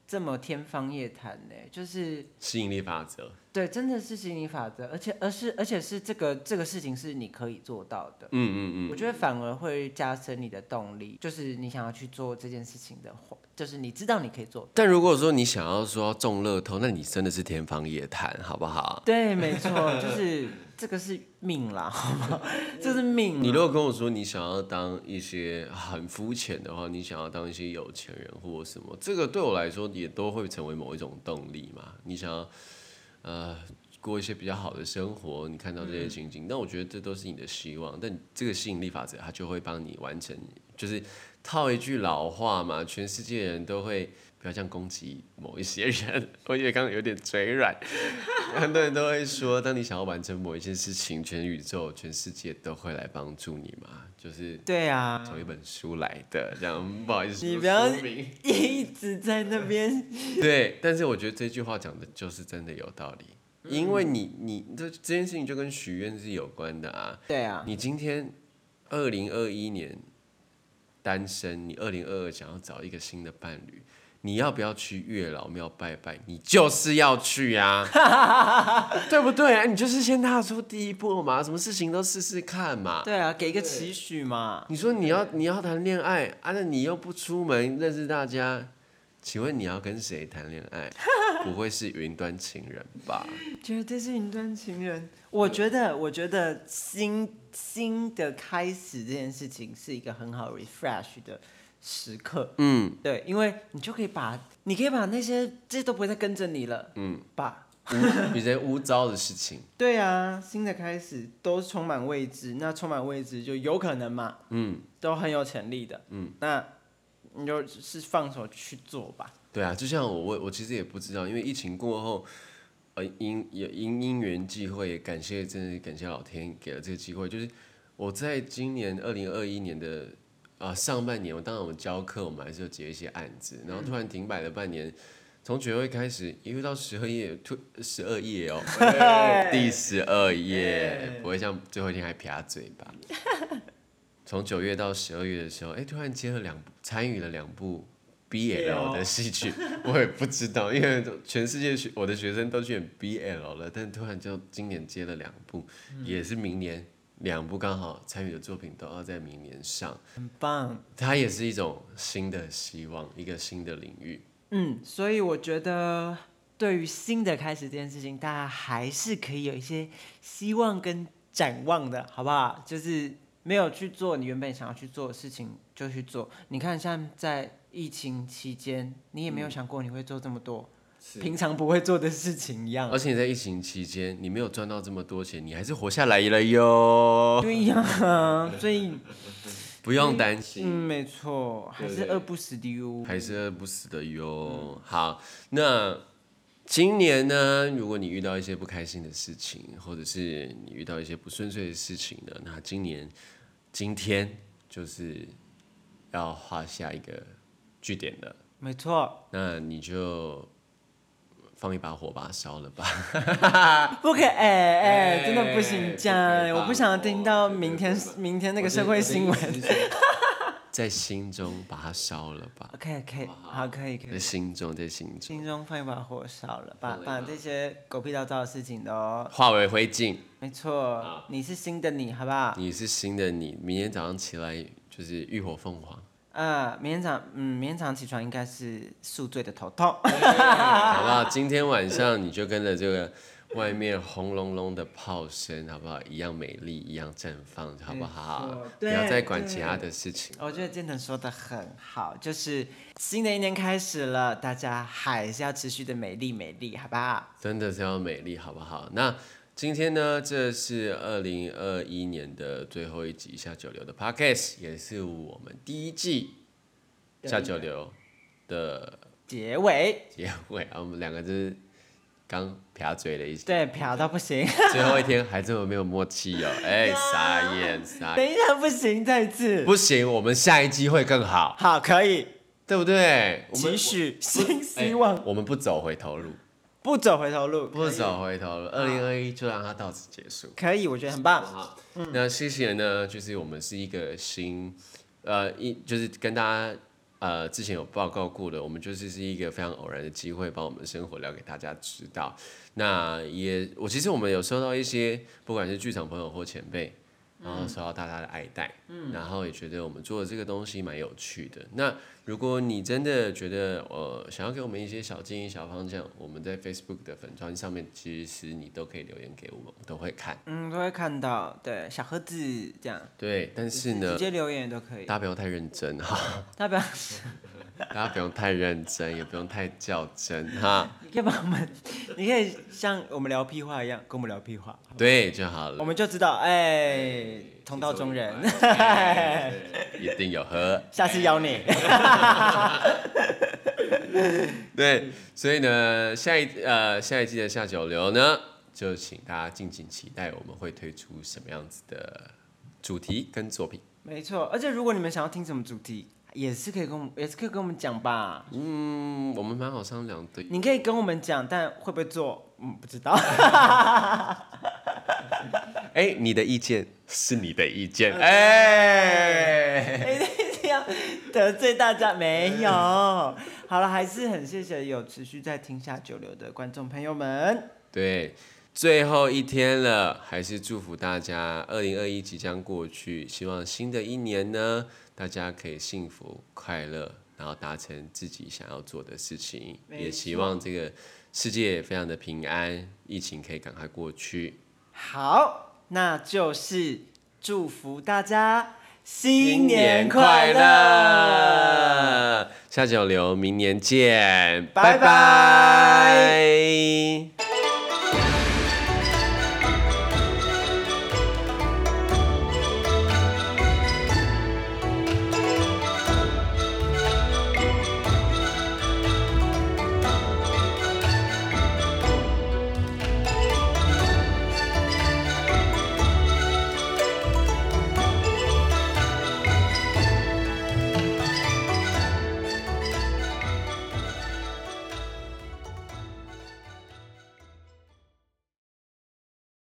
A: 这么天方夜谭呢、就是。
B: 吸引力法则，
A: 对，真的是吸引力法则，而且而是而且是这个这个事情是你可以做到的，
B: 嗯嗯
A: 我觉得反而会加深你的动力，就是你想要去做这件事情的话，就是你知道你可以做
B: 嗯。。但如果说你想要说中乐透，那你真的是天方夜谭，好不好？
A: 对，没错，就是这个是命啦，好吗？ 这是命。
B: 你如果跟我说你想要当一些很肤浅的话，你想要当一些有钱人或什么，这个对我来说也都会成为某一种动力嘛。你想要呃过一些比较好的生活，你看到这些情景，那我觉得这都是你的希望。但这个吸引力法则，它就会帮你完成，就是套一句老话嘛，全世界人都会不要这样攻击某一些人， 我觉得刚刚有点嘴软。很多人都会说，当你想要完成某一件事情，全宇宙、全世界都会来帮助你嘛，就是
A: 对啊，
B: 从一本书来的，这样不好意思，
A: 你不要
B: 书名
A: 一直在那边。
B: 对，但是我觉得这句话讲的就是真的有道理，因为你你这这件事情就跟许愿是有关的啊。
A: 对啊，
B: 你今天二零二一年单身，你二零二二想要找一个新的伴侣，你要不要去月老庙拜拜？你就是要去啊，对不对？哎你就是先踏出第一步嘛，什么事情都试试看嘛。
A: 对啊，给一个期许嘛。
B: 你说你要你要谈恋爱啊，那你又不出门认识大家，请问你要跟谁谈恋爱？不会是云端情人吧？
A: 绝对是云端情人。我觉得，我觉得新新的开始这件事情是一个很好 refresh 的时刻。
B: 嗯，
A: 对，因为你就可以把，你可以把那些这些都不会再跟着你了。嗯，吧。
B: 污比较污糟的事情，
A: 对啊，新的开始都充满未知，那充满未知就有可能嘛，
B: 嗯，
A: 都很有潜力的。嗯，那你就是放手去做吧。
B: 对啊，就像我我我其实也不知道，因为疫情过后，呃，因也因因缘际会，也感谢真的感谢老天给了这个机会，就是我在今年二零二一年的啊、上半年，我当然我们教课，我们还是有接一些案子，然后突然停摆了半年。从九月开始，一路到十二页，突十二页哦，第十二页，不会像最后一天还撇嘴吧？从九月到十二月的时候，哎、突然接了两部，参与了两部 BL 的戏剧，我也不知道，因为全世界学我的学生都去演 BL 了，但突然就今年接了两部，也是明年两部刚好参与的作品都要在明年上，
A: 很棒。
B: 它也是一种新的希望，一个新的领域。
A: 嗯，所以我觉得对于新的开始这件事情，大家还是可以有一些希望跟展望的，好不好？就是没有去做你原本想要去做的事情，就去做。你看，像在疫情期间，你也没有
B: 嗯
A: 想过你会做这么多、平常不会做的事情一样。
B: 而且你在疫情期间，你没有赚到这么多钱，你还是活下来了 哟，
A: 对 呀、所以
B: 不用担心。
A: 嗯，没错，还是
B: 对
A: 饿不死的哟。
B: 还是饿不死的哟。好，那今年呢，如果你遇到一些不开心的事情，或者是你遇到一些不顺遂的事情呢，那今年今天就是要画下一个据点了。
A: 没错，
B: 那你就放一把火把它烧了吧。
A: 不可以，哎哎，
B: 哎
A: 真的不行这样，
B: 不可以吧
A: 我不想听到
B: 对对
A: 明天
B: 对对
A: 明 天那个社会新闻。
B: 在心中把它烧了吧，
A: OK OK，好，可以可
B: 在
A: 以。
B: 心中，在心中
A: 心中放一把火烧了，把
B: 放一把
A: 把这些狗屁倒灶的事情都，
B: 化为灰烬。
A: 没错，你是新的你，好不好？
B: 你是新的你，明天早上起来就是浴火凤凰。
A: 呃，明天早，嗯，明天早上起床应该是宿醉的头痛。
B: 好不好？今天晚上你就跟着这个外面轰隆隆的炮声，好不好？一样美丽，一样绽放，好不
A: 没
B: 好
A: 错？
B: 不
A: 对
B: 要再管其他的事情。
A: 我觉得建腾说的很好，就是新的一年开始了，大家还是要持续的美丽美丽，好不好？
B: 真的是要美丽，好不好？那今天呢，这是二零二一年的最后一集下九流的 podcast，也是我们第一季下九流的
A: 结尾
B: 结尾啊。我们两个就是刚撇嘴了一下，
A: 对嫖到不行，
B: 最后一天还这么没有默契哦，哎、
A: 啊
B: 傻眼傻眼。
A: 等一下不行，再一次，
B: 不行，我们下一季会更好，
A: 好，可以，
B: 对不对？我们
A: 期
B: 哎
A: 许新希望，
B: 我们不走回头路，哎
A: 不走回头路，
B: 不走回头路。二零二一就让它到此结束，
A: 可以，我觉得很棒
B: 好。不好？那谢谢呢，就是我们是一个新，呃，一就是跟大家。呃，之前有报告过的，我们就是是一个非常偶然的机会，把我们的生活聊给大家知道。那也，我其实我们有收到一些，不管是剧场朋友或前辈，然后受到大家的爱戴，嗯，然后也觉得我们做的这个东西蛮有趣的。那如果你真的觉得呃想要给我们一些小建议、小方向，我们在 Facebook 的粉砖上面，其实你都可以留言给我们，我们都会看。
A: 嗯，都会看到，对，小盒子这样，
B: 对，但是呢
A: 直，接留言也都可以。
B: 大家不用太认真哈，
A: 代表
B: 大家不用太认真，也不用太较真哈，
A: 你可以帮我们，你可以像我们聊屁话一样，跟我们聊屁话，
B: 对就好
A: 我
B: 了，
A: 们就知道，哎，同道中人，
B: 一定有喝。
A: 下次邀你。
B: 对，所以呢，下一呃下一季的下九流呢，就请大家敬请期待，我们会推出什么样子的主题跟作品。
A: 没错，而且如果你们想要听什么主题，也是可以跟我们，也是可以跟我们讲吧。
B: 嗯，我们蛮好商量的，
A: 你可以跟我们讲，但会不会做，嗯，不知道。
B: 哎，你的意见是你的意见，哎，
A: 哎，这样样得罪大家没有？好了，还是很谢谢有持续在听下九流的观众朋友们。
B: 对，最后一天了，还是祝福大家，二零二一即将过去，希望新的一年呢，大家可以幸福快乐，然后达成自己想要做的事情，
A: 没错
B: 也希望这个世界非常的平安，疫情可以赶快过去。
A: 好，那就是祝福大家新
B: 新
A: 年
B: 年
A: 快
B: 快
A: 乐。
B: 乐！下九流，明年见，
A: 拜拜
B: 拜拜